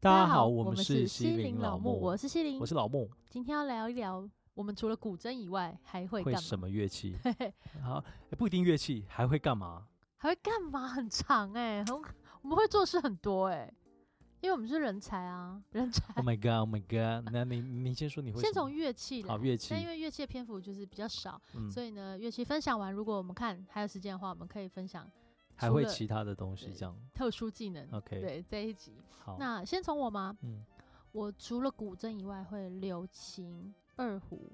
大家好，好，我们是西西林老木，木，我是西林我。是老木，今天要聊一聊，我们除了古筝以外，还会会干什嘛？么乐器？ 嘿嘿好，欸不一定乐器，还会干嘛？还会干嘛？很长哎、很我们会做事很多哎、因为我们是人才啊， 人才。 Oh my god, Oh my god！那你你先说你会先什么从乐器来好，乐器但因，为乐器的篇幅就是比较少，嗯，所以呢，乐器分享完，如果我们看还有时间的话，我们可以分享还除会了其他的东西对这样。特殊技能。 OK，对这一集，好，那先从我吗？嗯，我除了古筝以外，会柳琴、二胡、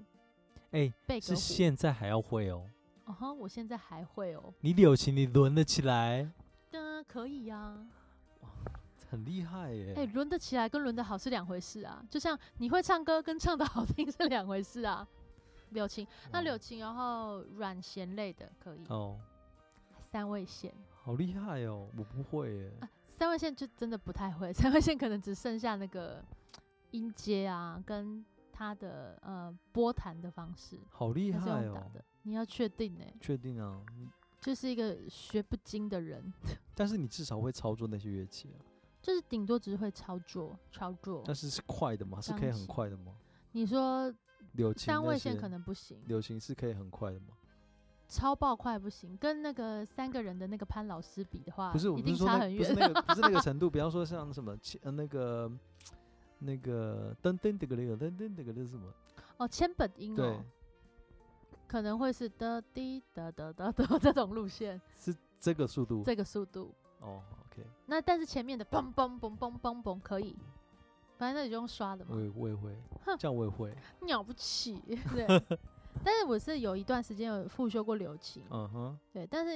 哎，贝壳是胡。现在还要会哦。哦哼，我现在还会哦。你柳琴你轮得起来，嗯，可以呀、啊。很厉害耶。哎、轮得起来跟轮得好是两回事啊。就像你会唱歌跟唱的好听是两回事啊。柳琴，那哇柳琴，然后软弦类的可以，哦，三味线好厉害哦，我不会耶。啊，三味线就真的不太会， 三味线可能只剩下那个音阶啊，跟它的呃拨弹的方式，好厉它是害用打哦，的。你要确定哎、确定啊？你就是一个学不精的人，但是你至少会操作那些乐器啊。就是顶多只是会操作操作但。是是快的吗？是可以哦钢很琴快的吗？你说柳琴三那味线些可能不行，柳琴是可以很快的吗？超爆快不行，跟那个三个人的那个潘老师比的话，不是，我啊一不是定说差那很不是远。那个，不是那个程度。比方说像什么，切呃，那个那个噔噔这个那个噔噔这个那个是什么？ 哦，千本樱对哦，，可能会是的滴的的的的这种路线，是这个速度。这个速度。哦，OK，那但是前面的嘣嘣嘣嘣嘣嘣可以，反正那你就用刷的我嘛，也我也会，这样我也会。了不起。 对，但是我是有一段时间有复修过柳琴，嗯哼，对，但是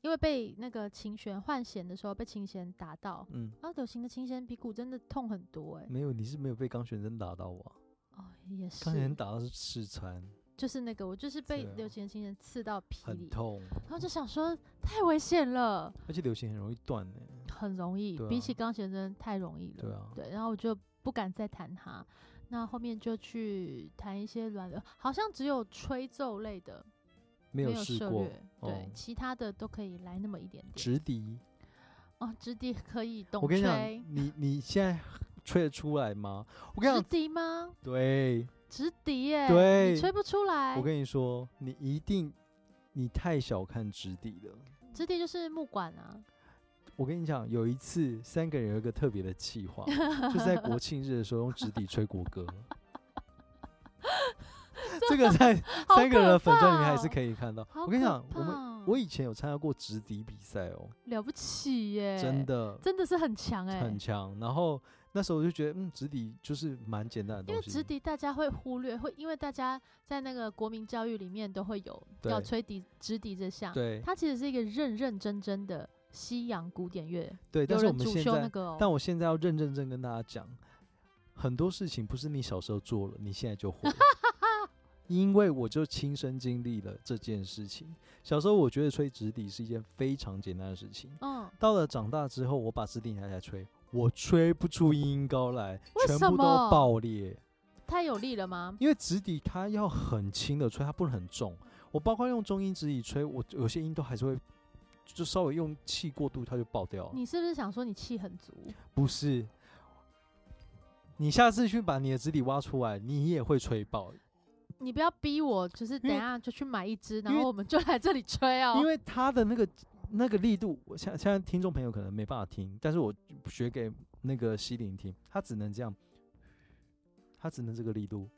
因为被那个琴弦换弦的时候被琴弦打到，嗯，然后柳琴的琴弦比鼓真的痛很多哎、没有，你是没有被钢弦针打到我啊，哦也是钢，弦针打到是刺穿，就是那个我就是被对啊柳琴的琴弦刺到皮很里，痛，然后就想说太危险了，而且柳琴很容易断呢。很容易，对啊比起钢琴真的太容易了。对啊，然后我就不敢再弹它。那后面就去弹一些软的，好像只有吹奏类的没有试涉过略，对哦，其他的都可以来那么一点点。直笛。哦，直笛可以，懂我跟你讲吹，你你现在吹得出来吗？我跟你直讲， 笛吗？对，直笛耶，对你吹不出来。我跟你说，你一定，你太小看直笛了。直笛就是木管啊，我跟你讲，有一次三个人有一个特别的计 划，就是在国庆日的时候用直笛吹国歌。这个在好三个人的可粉钻里面怕还哦是可以看到。好我跟你可讲，我们怕我哦以前有参加过直笛比赛哦，了不起耶，真的真的是很强哎，很强。然后那时候我就觉得，嗯，直笛就是蛮简单的因为东西。直笛大家会忽略，会因为大家在那个国民教育里面都会有对要吹笛、直笛这项，对它其实是一个认认真真的西洋古典乐，对，但有是我人们主现修在那个哦。但我现在要认认真跟大家讲，很多事情不是你小时候做了，你现在就 会，因为我就亲身经历了这件事情。小时候我觉得吹直笛是一件非常简单的事情，嗯，到了长大之后，我把直笛拿起来吹，我吹不出音高来，为全什部都么爆裂。太有力了吗？因为直笛它要很轻的吹，它不能很重。我包括用中音直笛吹，我有些音都还是会，就稍微用气过度，它就爆掉了。你是不是想说你气很足？不是，你下次去把你的纸底挖出来，你也会吹爆，你不要逼我，就是等为一下就去买一支，然因为后我们就来这里吹哦因。为它的那个那个力度，我现现在听众朋友可能没办法听，但是我学给那个西林听，他只能这样，他只能这个力度，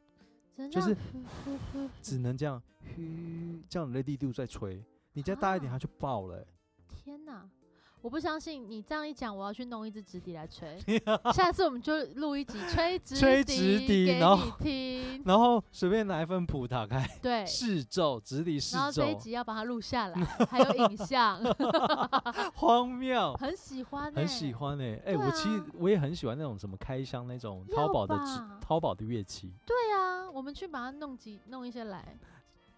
只能就这 样是只能这样，吁这样的力度在吹，你再大一点嗯啊它就爆了、欸天哪！我不相信你这样一讲，我要去弄一支直笛来吹。下次我们就录一集吹直吹直笛给然后你听。然后随便拿一份谱打开，对，试奏直笛试然后这一奏，集要把它录下来，还有影像， 荒谬。很喜欢、欸，很喜。欢诶、欸，哎、对我其实啊我也很喜欢那种什么开箱那种要淘宝的纸吧淘宝的乐器，对啊，我们去把它弄几弄一些来。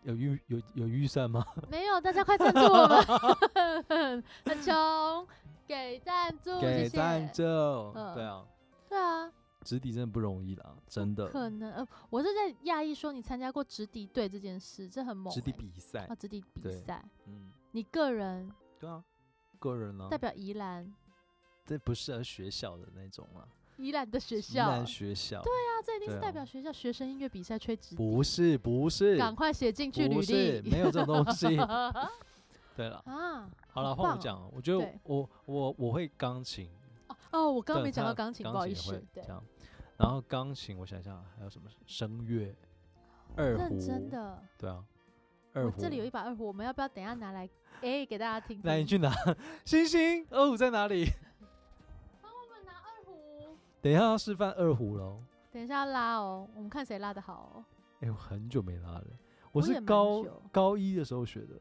有预有有预算吗？没有，大家快赞助我 们，很穷，给赞助，给哦谢赞谢。助，嗯对啊，对啊，直笛真的不容易啦，真的，可能呃，我是在讶异说你参加过直笛队这件事，这很猛欸、直笛比赛啊，，直笛比对赛，嗯，你个人对啊，个人呢、代表宜兰，这不适合学校的那种啦，宜兰的学宜校，兰对学校，啊，这一定对是啊代表学校学生音乐比赛吹纸笛，不是不是，赶快写进去履不是历。没有这种东 西。对了，啊，好了，换好我棒哦讲，我觉得对我我我会钢琴，哦哦，我刚刚对没讲他到钢琴，不好也意思会，对这，样，然后钢琴，我想一下啊还有什么声乐，二胡，认真的，对啊，二我胡。这里有一把二胡，我们要不要等一下 拿来，哎，给大家听听？那你去拿 星星二胡在哪里？ 我们拿二胡，等一下要示范二胡喽。 等一下拉哦，我们看谁拉的好哦。哎、我很久没拉了，我也是蛮高久高一的时候学的，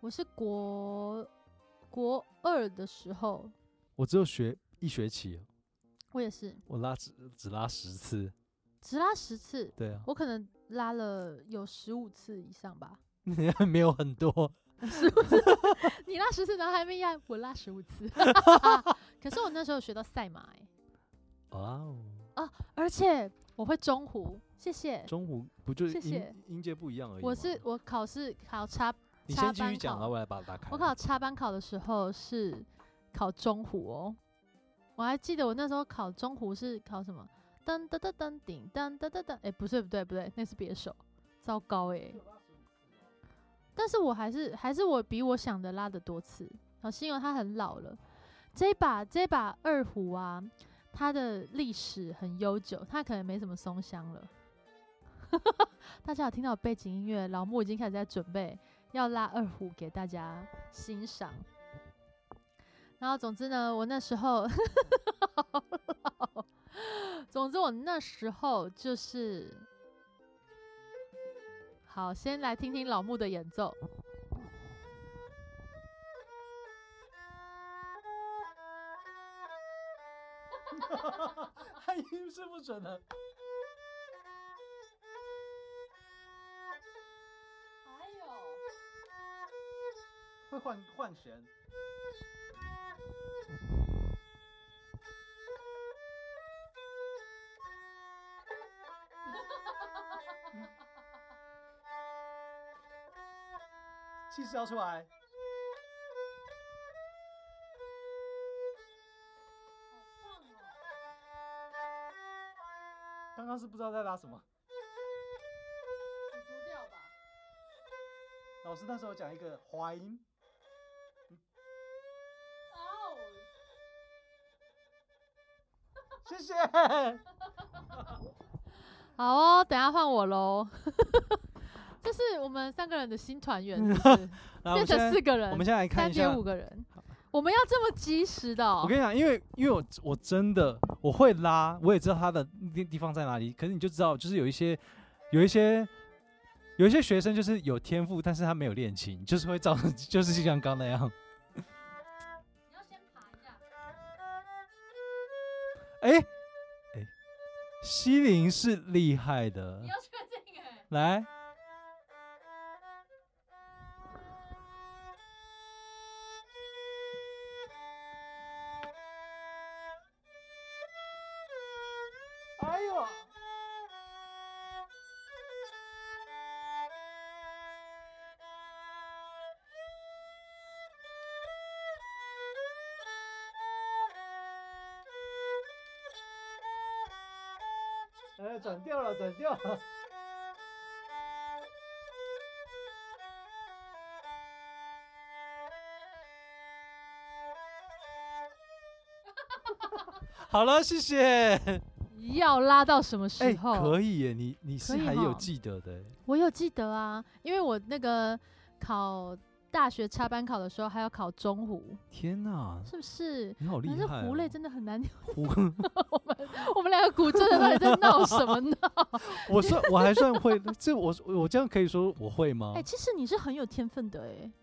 我是国国二的时候，我只有学一学期，我也是我拉只只拉十次。只拉十次，对啊， 我可能拉了有十五次以上吧。 没有很多。你拉十次，然后还没压，我拉十五次。 啊可是我那时候有学到赛马、欸，哇哦，而且我会中胡，谢谢。中胡不就是谢音谢音阶不一样而已吗我是我考试考插，你插先继续班讲，考然后我来把它打开。我考插班考的时候是考中胡哦，我还记得我那时候考中胡是考什么？噔噔噔噔顶噔噔噔噔，哎、不对不对不对，那是别首，糟糕哎、但是我还是还是我比我想的拉的多次，好幸哦，它很老了。这一把这一把二胡啊，它的历史很悠久，它可能没什么松香了。 大家有听到背景音乐，老莫已经开始在准备要拉二胡给大家欣赏。然后总之呢，我那时候， 好老总之我那时候就是，好，先来听听老木的演奏。他音是不准的。会换换弦。气势要出来。刚刚是不知道在拉什么，老师那时候讲一个滑音，嗯谢 哎谢。好哦，等一下换我喽。 这是我们三个人的新团员，是 不是来，嗯我变们现成四在个人，我们现在来看三一下点五。个人，我们要这么及时的、哦我跟你讲，因为因为我我真的我会拉，我也知道它的地地方在哪里，可是你就知道，就是有一些有一些有一些学生就是有天赋，但是他没有练琴，就是会造成就是像刚那样。 哎哎，西林是厉害的，确定哎、来。哎呦！哎，转调了，转调了。好了，谢谢。 要拉到什么时哎、候？可以耶，你你是可以还有哈记得的耶，我有记得啊，因为我那个考大学插班考的时候还要考中胡，天哪，是不是？你好厉可是害、哦！胡类真的很难， 胡，我们我们两个古筝的到 底在闹什么呢？我算我还算会，这我我这样可以说我会吗哎、？其实你是很有天分的哎、因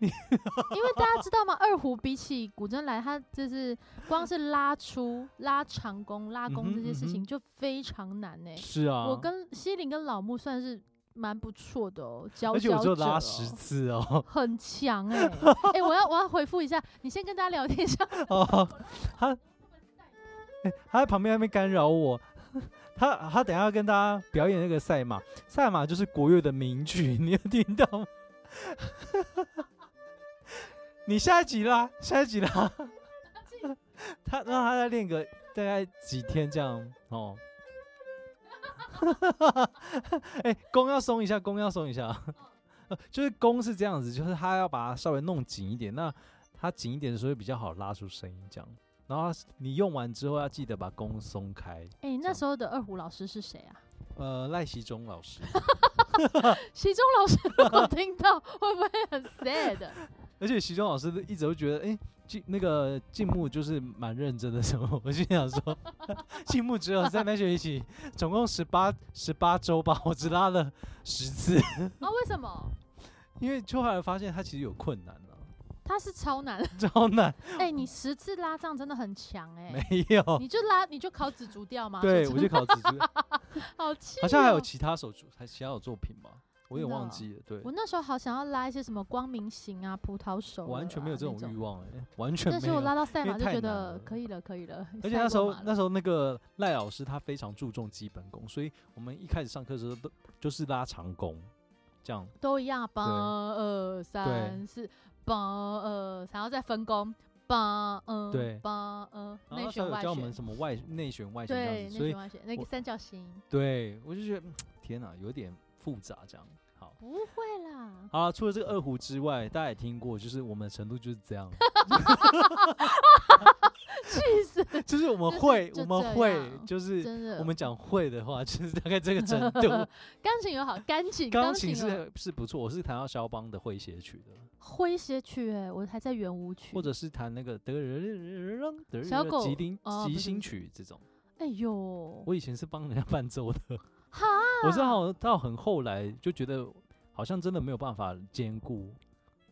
为大家知道吗？二胡比起古筝来，它就是光是拉出、拉长弓、拉嗯弓哼这些事嗯情哼就非常难哎、是啊，我跟西林跟老木算是蛮不错的哦、佼而且我佼就者、拉哦，十次哦。很 强哎、欸！哎、我要我要回复一下，你先跟大家聊天一下。 哦，他，哎他在旁边那边干扰我。他他等一下要跟大家表演那个赛马，赛马就是国乐的名曲，你有听到吗？ 你下一集啦，下一集啦。他让他再练个大概几天这样哦。 哎、弓要松一下，弓要松一下。哦呃 就是弓是这样子，就是它要把它稍微弄紧一点，那它紧一点的时候会比较好拉出声音这样。然后它你用完之后要记得把弓松开。哎、这样那时候的二胡老师是谁啊？呃，赖习忠老 师，习中老师如果听到，会不会很 sad？啊而且习忠老师一直都觉得，哎、静那个静木就是蛮认真的什么， 我就想说，静木只有在那学一起，总共十八十八周吧，我只拉了十 次，啊，为什么？因为就后来发现他其实有困难了、他是超 难，超难，哎、你十次拉仗真的很强哎、没有，你就拉你就考紫竹调吗？对说我真就的考紫 竹，好气、哦好像还有。其他手足，还其他有作品吧，我有真点的忘哦记了，对，我那时候好想要拉一些什么光明行啊、葡萄手、完全没有这种欲望。望、哎，完全但没是我有。拉到赛因为马就太觉难得了可以了，可以了。而且赛那时过候马那了时候那个赖老师他非常注重基本功，所以我们一开始上课的时候都就是拉长弓，这样都一样，八二三四，八二三，然后再分工，八嗯，对八二然后内他旋有外教我们旋，什么外内旋外旋这对，样子，内所以旋外旋，那个我三角形对我就觉得嗯天哪、有点复杂这样。好，不会啦，好了，除了这个二胡之外，大家也听过，就是我们的程度就是这 样， 气死，就是我就是们会，就我们这会，样就是真的。我们讲会的话，就是大概这个程 度。钢琴有好，钢琴钢琴琴有是是不错，我是弹到肖邦的诙谐曲的。诙谐曲，哎，我还在圆舞曲，或者是弹那个得小狗吉丁哦不吉是星不是曲这种。哎呦，我以前是帮人家伴奏的， 哈，我是好到很后来就觉得好像真的没有办法兼顾，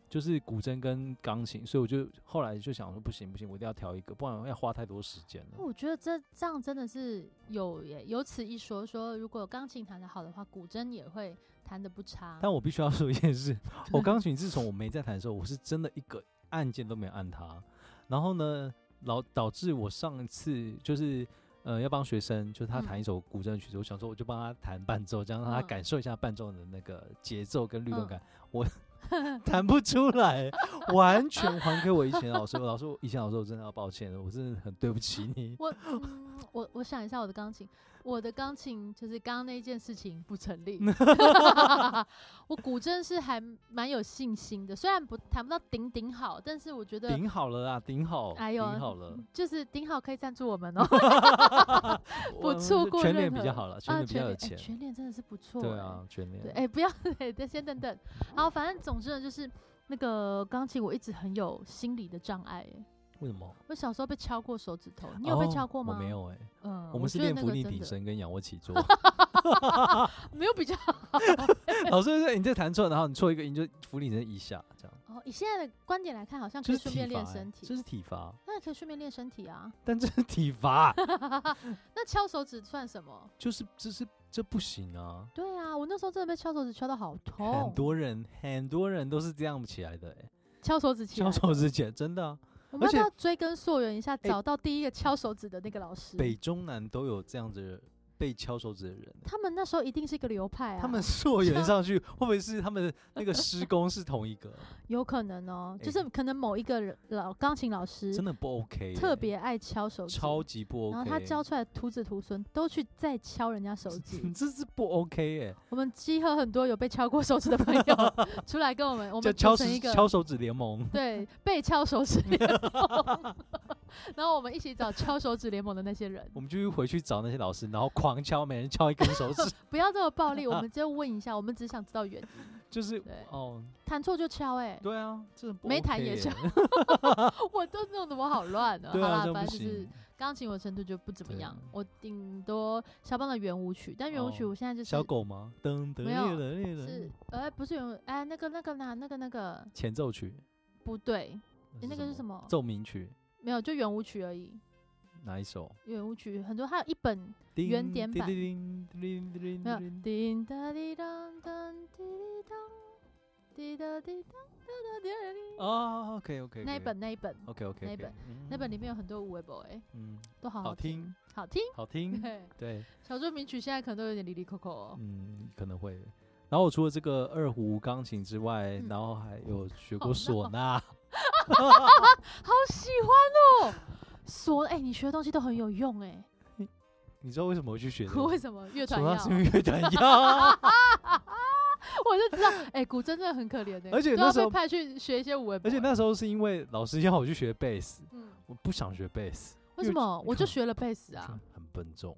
就是古筝跟钢琴，所以我就后来就想说不行不行，我一定要调一个，不然要花太多时间了。我觉得这这样真的是有耶，有此一说。说如果钢琴弹得好的话，古筝也会弹得不差。但我必须要说一件 事，我钢琴自从我没在弹的时候，我是真的一个按键都没有按它，然后呢，老导致我上一次就是呃要帮学生，就是他嗯弹一首古筝的曲子，我想说我就帮他弹伴奏，这样让他嗯感受一下伴奏的那个节奏跟律动嗯感， 我 弹不出来，完全还给我以前老师，老师我以前老师我真的要抱歉了，我真的很对不起 你。我、嗯、我我想一下我的钢琴，我的钢琴就是刚刚那一件事情不成 立。我古筝是还蛮有信心的，虽然不弹不到顶顶好，但是我觉得顶好了啊，顶好，哎顶呦好了，就是顶好可以赞助我们哦、 不我错过全任脸比较何好了，全啊，脸比较有哎钱，全脸真的是不错、对哎啊，全嗯脸对，哎、不要，哎，等先等等。好，反正总之呢，就是那个钢琴，我一直很有心理的障碍。哎，为什么？我小时候被敲过手指头，你有被哦敲过吗？我没。有哎、嗯，我们是觉得练那伏个地真挺的，身跟仰卧起 坐。没有比较。老师哦说你在弹错，然后你错一个音就伏地挺身一下，这样哦，以现在的观点来看，好像可这以是顺体便罚练欸、身这体。是体罚，那也可以顺便练身体啊。但这是体罚，那敲手指算什么？就是这是这不行啊！对啊，我那时候真的被敲手指敲到好痛，很多人很多人都是这样起来的、欸，敲手指起来敲的。手指前真的啊、我们要而且不要追根溯源一下，哎找到第一个敲手指的那个老师？北中南都有这样子的被敲手指的人欸、他们那时候一定是一个流派啊。他们溯源上去，会不会是他们的那个施工是同一个？ 有可能哦，就哎是可能某一个人老钢琴老师真的不 OK，欸、特别爱敲手指，超级不 OK。欸然后他教出来的徒子徒孙都去再敲人家手 指。这是不 OK 哎、我们集合很多有被敲过手指的 朋友出来跟我们，我叫们敲组手成一个敲手指联 盟。对被敲手指联盟，然后我们一起找敲手指联盟的那 些人。我们就去回去找那些老师，然后狂敲，每人敲一根手指， 不要这么暴力，我们就问一下，我们只想知道原因。就是对哦，弹错就敲、欸，哎，对啊，这不没弹 OK 也耶敲 我都弄得我好乱啊！对啊，好这样啦，反不正就是行。钢琴我程度就不怎么对啊样，我顶多肖邦的圆舞曲，但圆舞曲哦我现在就是、小狗吗？噔噔没有噔噔是噔，呃不是圆舞哎那个那个啦那个那个前奏曲，不对，诶那个是什什么？么？奏鸣曲没有就圆舞曲而已，哪一首？圆舞曲很多，还有一本叮原点版叮叮叮叮叮没有叮叮哒滴当当滴滴当滴哒滴当哒哒滴哒滴，哦，OK OK，那一本那一本 OK OK 那一本那本里面有很多无为 boy，嗯，都好好听听，好听。好听， 对，对，小奏鸣曲现在可能都有点离离扣扣哦。嗯，可能会。然后我除了这个二胡、钢琴之外，嗯然后还有学哦过那唢呐，好喜欢哦！说，哎、你学的东西都很有用、你知道为什么我去学这 哎，个？为什么乐团主要要？是因为 乐团要，我就知道，哎、古筝真的很可怜的、而且都那要时被候派去学一些五文，而且那时候是因为老师要我去学贝斯，嗯，我不想学贝斯，为什么我就学了贝斯我觉啊得？很笨重。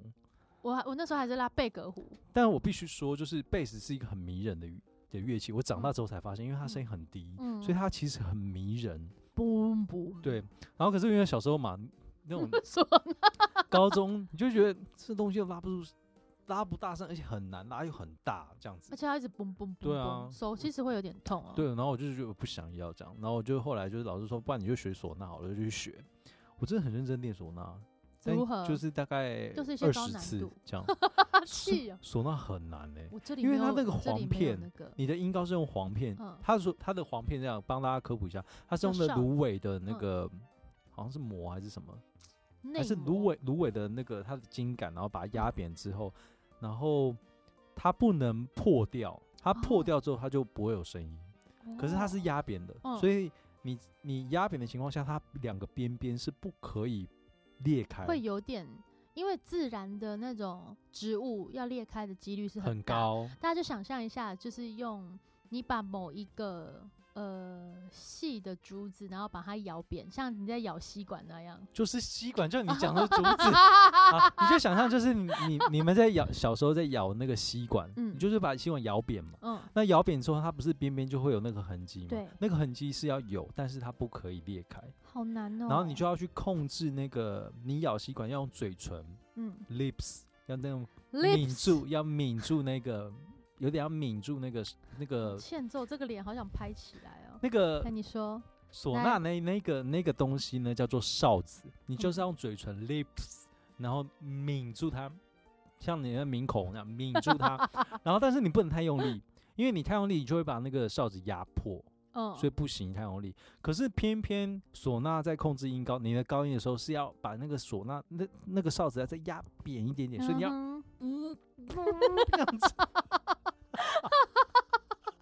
我还我那时候还在拉贝格胡，但我必须说，就是贝斯是一个很迷人的乐的乐器。我长大之后才发现，因为它声音很低，嗯，所以它其实很迷人。嘣嘣， 对，，然后可是因为小时候嘛，那种说高中你就觉得这东西又拉不住，拉不大声，而且很难拉又很大这样子而。且它一直嘣嘣嘣，对啊嘣手其实会有点痛哦、对，然后我就觉得我不想要这样，然后我就后来就是老师说，不然你就学唢呐好了，我就去学。我真的很认真练唢呐，但如何？哎就是大概就是一些二高十难次度这 样。啊，气唢哦、唢呐很难嘞、我这里因为没有它那个我这里簧没有片那个，你的音高是用簧片，嗯他说他的簧片这样帮大家科普一下，它是叫用的哨嗯芦苇的那个，好像是膜还是什么，内还是芦膜苇芦苇的那个它的茎杆，然后把它压扁之后，然后它不能破掉，它破哦掉之后它就不会有声音，可是它是哦压扁的，嗯所以你你压扁的情况下，它两个边边是不可以裂开，会有点，因为自然的那种植物要裂开的几率是很大的。高，大家就想象一下，就是用你把某一个呃细的竹子，然后把它咬扁，像你在咬吸管那样。就是吸管，就你讲的竹 子。 啊，你就想象就是你你你们在咬小时候在咬那个吸管，嗯你就是把吸管咬扁嘛。嗯，那咬扁之后，它不是边边就会有那个痕迹嘛对？那个痕迹是要有，但是它不可以裂开。好难哦。然后你就要去控制那个，你咬吸管要用嘴唇嗯 （lips） 要那种抿 lips 住，要抿住那个，有点要抿住那个那个欠揍，这个脸好想拍起来哦。那个那你说唢来呐那那个那个东西呢，叫做哨子，你就是嗯要用嘴唇 lips，然后抿住它，像你的抿口那样抿住 它，然后但是你不能太用力，因为你太用力，你就会把那个哨子压破，嗯，所以不行太用力。可是偏偏唢呐在控制音高，你的高音的时候是要把那个唢呐那那个哨子要再压扁一点点，所以你要嗯哼 嗯这样子，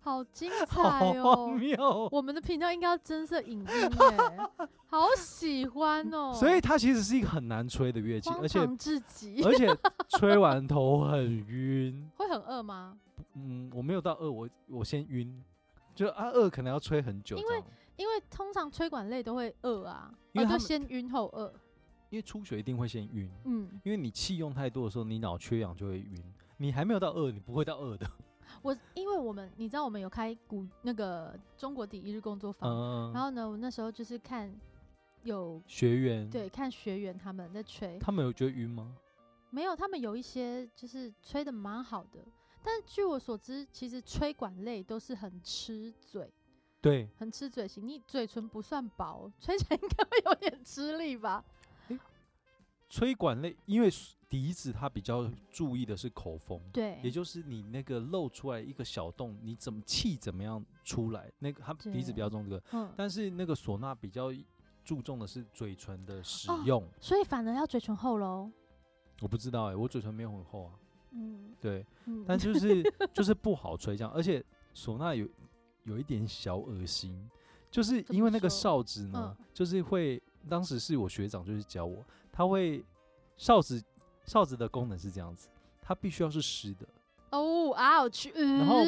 好 精好荒彩哦。谬哦。我们的频道应该要增设影音哎，好喜欢哦。所以它其实是一个很难吹的乐器，荒而且 唐至极，而且吹完头很晕，会很饿吗？嗯，我没有到饿，我我先晕，就啊饿可能要吹很久因这样，因为通常吹管类都会饿啊，因为哦他们就先晕后饿。因为出血一定会先晕，嗯，因为你气用太多的时候，你脑缺氧就会晕，你还没有到饿，你不会到饿的，我因为我们你知道我们有开古那个中国第一日工作坊， 嗯，然后呢，我那时候就是看有学员，对看学员他们在吹，他们有觉得晕吗？没有他们有一些就是吹的蛮好的，但据我所知，其实吹管类都是很吃嘴。对，很吃嘴型，你嘴唇不算薄，吹起来应该会有点吃力吧？吹管类，因为笛子它比较注意的是口风。对，也就是你那个露出来一个小洞，你怎么气怎么样出来？那个它笛子对比较重这个，嗯，但是那个唢呐比较注重的是嘴唇的使哦用，所以反而要嘴唇厚喽。我不知道哎、我嘴唇没有很厚啊，嗯对，嗯，但就是就是不好吹这样，而且唢呐有有一点小恶心，就是怎因为么那个说哨子呢，嗯就是会当时是我学长就是教我，他会哨子哨子的功能是这样子，它必须要是湿的，哦啊，我去，然然 后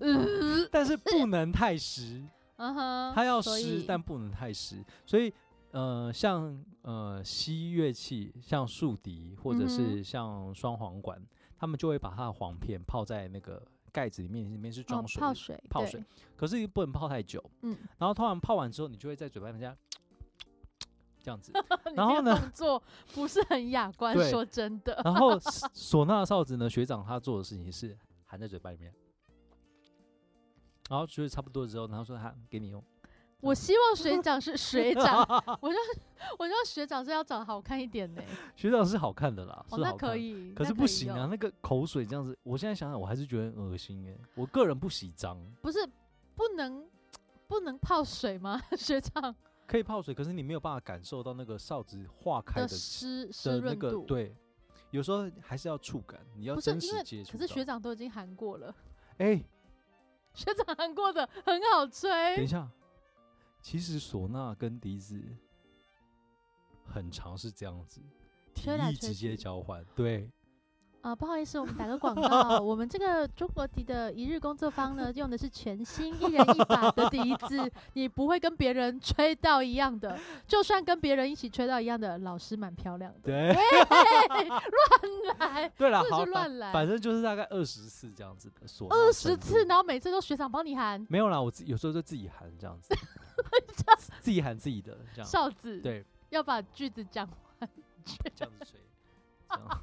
嗯但是不能太湿。哼，它要所湿以，但不能太湿。所以，呃，像呃西乐器，像竖笛或者嗯是哼像双簧管，他们就会把它的簧片泡在那个盖子里面，里面是哦装水的，泡水，泡对水，可是不能泡太久。嗯，然后通常泡完之后，你就会在嘴巴那边这样子，然你这后个呢动作不是很雅观，对说真的，然 后唢呐的哨子呢，学长他做的事情是含在嘴巴里面。然后就是差不多之后，然后说他给你用，我希望学长是 学长，我就我就学长是要长得好看一点 呢，学长是好看的啦，哦，是那好看可的以，可那是不行啊，用，那个口水这样子，我现在想想，我还是觉得很恶心哎、我个人不喜脏，不是不能不能泡水吗？ 学长可以泡水，可是你没有办法感受到那个哨子化开的的湿湿的那润个度，对，有时候还是要触感，你要不是真因实为接触可到。是学长都已经含过了，哎、学长含过的很好等一吹，下，其实唢呐跟笛子很常是这样子，提吹来议吹直接去交换。对，啊、不好意思，我们打个广 告，我们这个中国籍的一日工作坊呢，用的是全新一人一把的笛子，你不会跟别人吹到一样的，就算跟别人一起吹到一样的，老师蛮漂亮的。对，嘿乱来，对了，真的好，是反乱来，反正就是大概二十次这样子的唢呐程二十度次，然后每次都学长帮你喊没有啦，我自有时候就自己喊这 样子，自己喊自己的这样，哨子，对，要把句子讲。 这样子吹，这哦样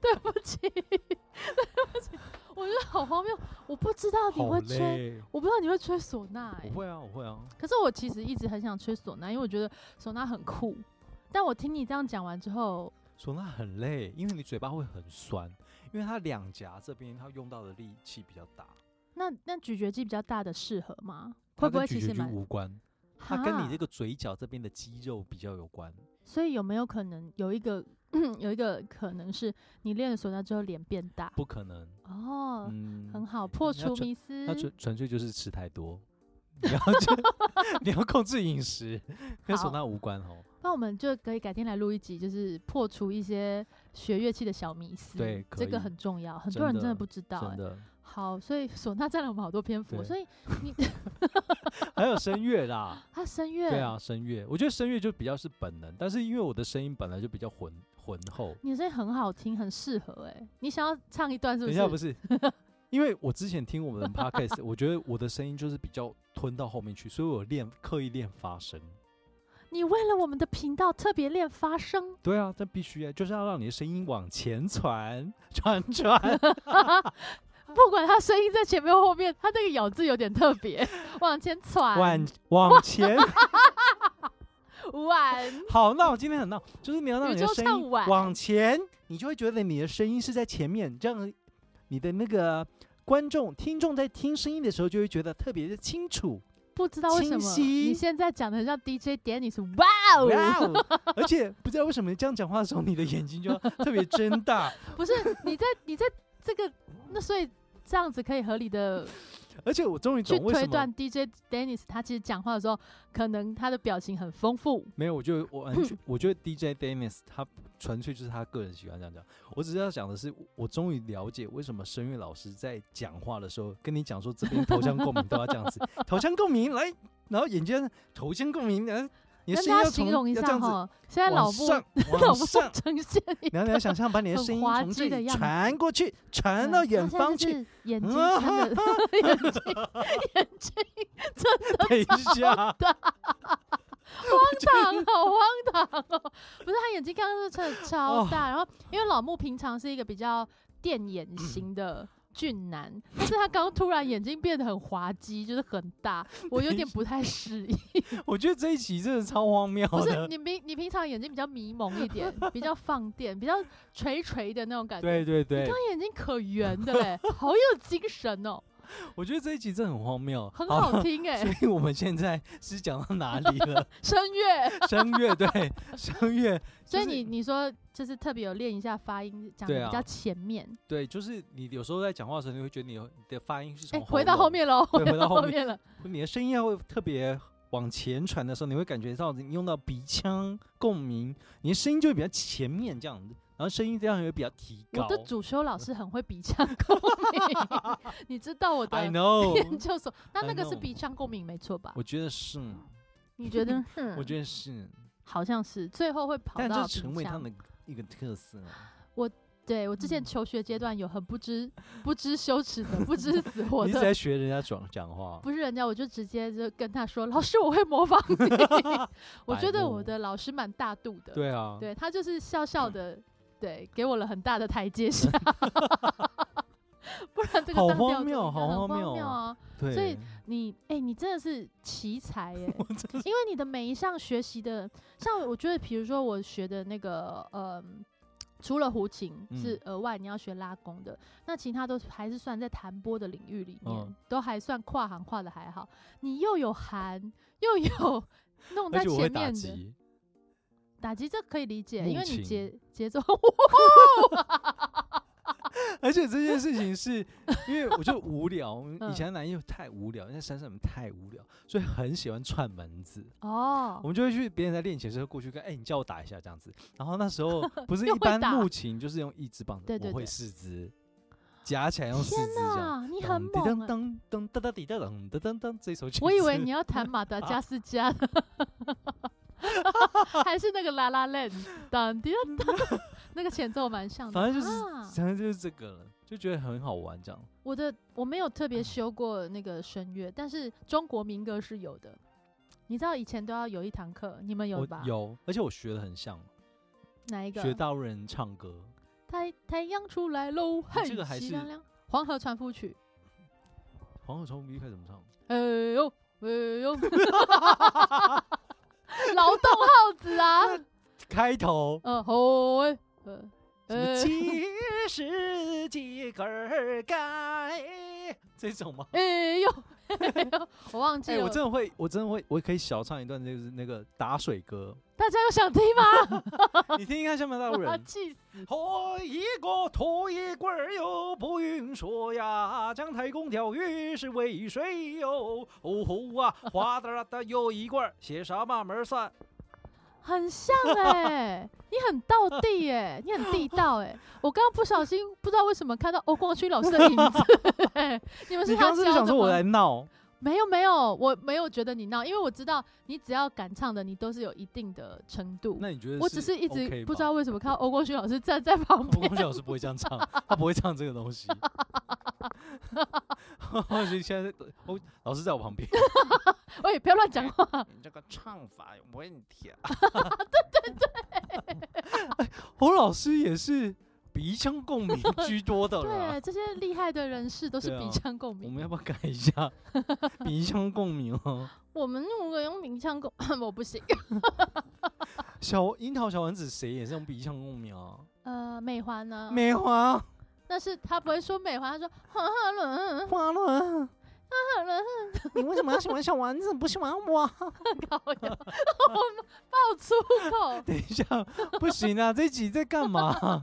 对不起， 对不起，我觉得好荒谬，我不知道你好会吹，累。我不知道你会吹唢呐、我欸，会啊，我会啊，可是我其实一直很想吹唢呐，因为我觉得唢呐很酷。但我听你这样讲完之后，唢呐很累，因为你嘴巴会很酸，因为它两颊这边它用到的力气比较大，那那咀嚼肌比较大的适合吗？它会不跟会咀其嚼实肌蛮？无关，它跟你这个，个嘴角这边的肌肉比较有关。所以有没有可能有一个 有一个可能是你练了唢呐之后脸变大？不可能，哦，嗯，很好，那破除纯迷那思。纯纯粹就是吃太 多，你要就你要控制饮食，跟唢好呐无关哦。那我们就可以改天来录一集，就是破除一些学乐器的小迷思。对可这个以很重要，很真多人真的的不知道、真欸。的，好，所以唢呐占了我们好多篇幅，对所以 还有声乐啦，它声乐，对啊，声乐，我觉得声乐就比较是本能，但是因为我的声音本来就比较浑浑厚，你的声音很好听，很适合哎、你想要唱一段等是不一是？下不是， 因为我之前听我们的 podcast，我觉得我的声音就是比较吞到后面去，所以我有练刻意练发声。你为了我们的频道特别练发声，对啊，这必须啊，就是要让你的声音往前传 传传，不管他声音在前面或后面，他那个咬字有点特别，往前传，往 往前。晚好闹，今天很闹，就是你要让宇你的宙声唱音晚往前，你就会觉得你的声音是在前面，这样你的那个观众、听众在听声音的时候就会觉得特别的清楚。不知道为清什么晰你现在讲的像 DJ 点你是哇哦，哇哦！而且不知道为什么你这样讲话的时候，你的眼睛就要特别睁 大，不是你在你在这个那所以。这样子可以合理的而且我终于去懂为推什么断 DJ Dennis 他其实讲话的时候，可能他的表情很丰富，没有，我就我完 全我觉得 DJ Dennis 他纯粹就是他个人喜欢这样讲。我只是要讲的是，我终于了解为什么声乐老师在讲话的时候跟你讲说这边头腔共鸣都要这 样子，头腔共鸣来，然后眼睛头腔共鸣，然后你的跟声音大要家从形容一要这下样子哈。现在老往木上 老往木上，呈现一然后你要想象把你的很声音滑从稽这的里样嗯传过去，传对到他远现在方就去。是眼睛啊穿的眼睛眼睛等一下，荒唐，好荒唐哦！不是他眼睛刚刚是真的超 哦大，然后因为老木平常是一个比较电眼型的。俊男，但是他刚突然眼睛变得很滑稽，就是很大，我有点不太适应。我觉得这一集真的超荒谬不是的。你平你平常眼睛比较迷蒙一 点，比较放电，比较垂垂的那种感觉。对对对刚，眼睛可圆的 嘞，好有精神哦，我觉得这一集真的很荒谬，很好好听哎、所以 我们现在是讲到哪里了？声乐。声乐对，声乐所以 就是你你说就是特别有练一下发音，讲对啊的比较前面，对，就是你有时候在讲话的时候，你会觉得你有你的发音是哎、从回到后咙，面喽，对回到后后面了，你的声音要会特别往前传的时候，你会感觉到你用到鼻腔共鸣，你的声音就会比较前面这样子，然后声音这样也会比较提我高。的主修老师很会鼻腔共鸣， 你知道我 I 的研 know，究所，那 I 那个是 know 鼻腔共鸣没错吧我？觉得是，你觉得？我嗯觉得是，好像是最后会跑但这到成鼻为他腔们。的一个特色。啊对我之前嗯求学阶段有很不知不知羞耻的、不 知死活你一直在的，学人家讲讲话，不是人家，我就直接就跟他说：“老师，我会模仿 你。”我白觉得目我的老师蛮大度的，对嗯啊，对他就是笑笑的，对，给我了很大的台阶 下。 不然这个好大荒调怎谬么好样很荒荒谬谬啊！对，所以你哎、你真的是奇才耶、 因为你的每一项学习的，像我觉得，比如说我学的那个，呃，除了胡琴是嗯额外你要学拉弓的，那其他都还是算在弹拨的领域里面，嗯都还算跨行跨的还好。你又有韩，又有弄而在且我会前打面的，击。打击这可以理解，木 因为琴你节节奏，而且这件事情 是因为我就无聊，嗯以前南又太无聊，在山上面太无聊，所以很喜欢串门子。哦我，们就会去别人在练琴的时候过去跟，哎、你叫我打一下这样子。然后那时 候不是又一会般打木琴就是用一只棒子，对对我会对四只夹起来用四天只这样。哪，你你很猛欸、噔噔噔噔噔滴噔噔噔噔噔，这一首曲子。我以为 你要弹马达加斯加的，还是那个拉拉链，当滴当当，那个前奏蛮像嗯的。反正就是啊反正就是这个了，就觉得很好玩这样。我的我没有特别修过那个声乐，但是中国民歌是有的。你知道以前都要有一堂课，你们有我吧？有，而且我学的很像，哪一个？学大陆人唱歌。太太阳出来喽，嘿，这个还喜是亮亮。黄河船夫曲，黄河从一开始怎么唱？哎呦哎呦，劳动号子啊， 开头呃吼哎，呃什么 呃，七十几根盖这种吗？哎呦哎呦，我忘记哎、了，我真的会，我真的会，我可以小唱一段，就是那个打水 歌，大家有想听吗？你听一看像不像大陆我要 人？气死！喝一个脱一棍儿哟，不晕说呀，姜太公钓鱼是为谁哟？哦吼啊，哗哒啦哒又一罐儿，写啥慢慢 算。很像哎、你很道地哎、你很地道哎、我刚刚不小心不知道为什么看到欧光区老师的影子、哎你们是你他刚刚是不是教想的说我吗来？闹？没有没有，我没有觉得你闹，因为我知道你只要敢唱的，你都是有一定的程度。那你觉得？我只是一直不知道。为什么看到欧光勋老师站在 旁我边，公老师不会这样唱，他不会唱这个东西。 我觉得现在我老师在我旁边，喂，不要乱讲话，你这个唱法有问题啊！侯老师也是鼻腔共 鸣居多的啦。对，这些厉害的人士都是对啊鼻腔共我鸣。们要不要改一 下鼻腔共鸣哦？我们如果用鼻腔共，我不行。小樱桃小丸子谁也是用鼻腔共鸣啊？呃，美环呢？梅花但是他不会说美环，他说黄鹤伦，花轮，黄鹤伦。你为什么要喜欢小丸子，不喜欢我？搞笑，我们爆粗口。 等一下，不行啊，这集在干嘛？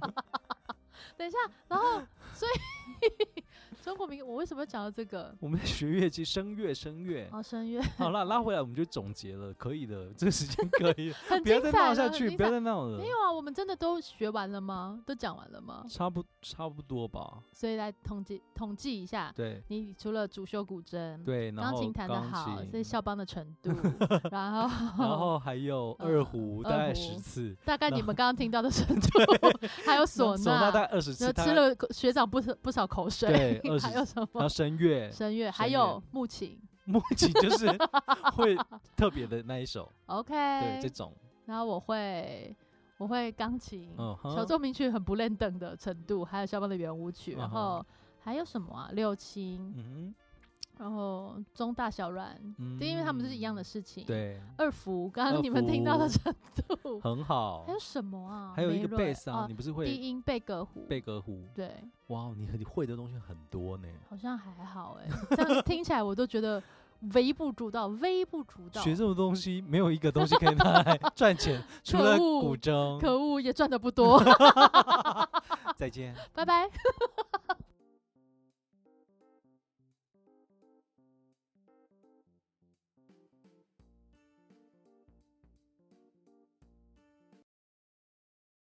等一下，然后所以中国民，我为什么要讲到这个？我们在学乐器，声乐，声乐。哦，声乐好啦，拉回来我们就总结了，可以的，这个时间可 以了，很不要再精彩闹了，下很去，精不要彩再闹了没。有啊，我们真的都学完了吗？都讲完了吗？差不差不多吧，所以来统计统计一下，对你除了主修古筝，对，然嗯钢后琴弹得好，钢所以琴肖邦的程 度，然后然后还有二嗯胡，二大概胡十次，大概然你后们刚刚听到的程度， 还有唢唢呐大概呐，二十然次，后大吃概了学长不少不少口水对，20 还有什然后么声乐，声乐，还声乐有木琴 木琴就是会特别的那一首， ，OK，对这种，然后我会我会钢琴，嗯小哼，奏鸣曲很不练等的程度，还有肖邦的圆舞曲，然嗯哼后还有什么啊？六亲，嗯然后中大小阮，哼，对，因为他们都是一样的嗯，事情。，对，二胡，刚刚你们听到的二程度，很好还。有什么啊？还有一个贝贝斯啊，你不是低会音贝格胡，贝格胡？对，哇，哦你很会的东西很多呢。好像还好哎、 这样听起来我都觉得微不足道，微不足道。学这种东西，没有一个东西可以拿来 赚钱，除 可了恶古筝。可恶，也赚的不多，再见。 拜拜。